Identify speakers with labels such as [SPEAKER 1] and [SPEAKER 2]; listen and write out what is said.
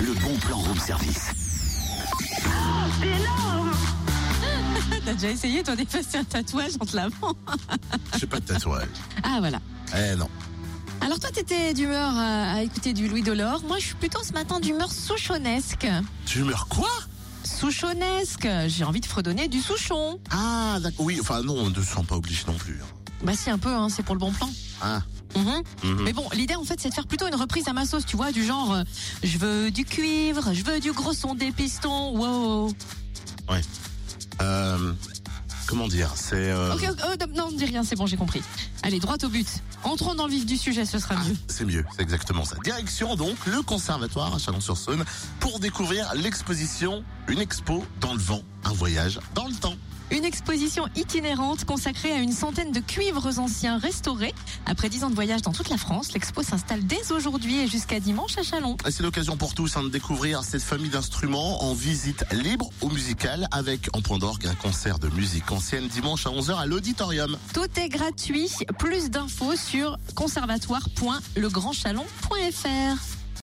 [SPEAKER 1] Le bon plan room service.
[SPEAKER 2] C'est énorme
[SPEAKER 3] T'as déjà essayé, toi, d'effacer un tatouage en te lavant
[SPEAKER 4] J'ai pas de tatouage.
[SPEAKER 3] Ah, voilà.
[SPEAKER 4] Eh non.
[SPEAKER 3] Alors, toi, t'étais d'humeur à, à écouter du Louis Delors. Moi, je suis plutôt ce matin d'humeur souchonesque.
[SPEAKER 4] Tu meurs quoi
[SPEAKER 3] Souchonesque J'ai envie de fredonner du souchon.
[SPEAKER 4] Ah, d'accord. Oui, enfin non, on ne se sent pas obligé non plus.
[SPEAKER 3] Bah, si, un peu, hein, c'est pour le bon plan.
[SPEAKER 4] Ah.
[SPEAKER 3] Mhm.
[SPEAKER 4] mhm.
[SPEAKER 3] Mais bon, l'idée en fait, c'est de faire plutôt une reprise à ma sauce, tu vois, du genre euh, je veux du cuivre, je veux du gros son des pistons, wow.
[SPEAKER 4] Euh, comment dire C'est. euh,
[SPEAKER 3] Ok, ok, euh, non, ne dis rien, c'est bon, j'ai compris. Allez, droit au but. Entrons dans le vif du sujet, ce sera
[SPEAKER 4] ah,
[SPEAKER 3] mieux.
[SPEAKER 4] c'est mieux, c'est exactement ça. Direction donc le conservatoire à Chalon-sur-Saône pour découvrir l'exposition Une expo dans le vent, un voyage dans le temps.
[SPEAKER 3] Une exposition itinérante consacrée à une centaine de cuivres anciens restaurés. Après dix ans de voyage dans toute la France, l'expo s'installe dès aujourd'hui et jusqu'à dimanche à Chalon.
[SPEAKER 4] Et c'est l'occasion pour tous hein, de découvrir cette famille d'instruments en visite libre ou musicale avec en point d'orgue un concert de musique ancienne dimanche à 11h à l'auditorium.
[SPEAKER 3] Tout est gratuit. Plus d'infos sur conservatoire.legrandchalon.fr.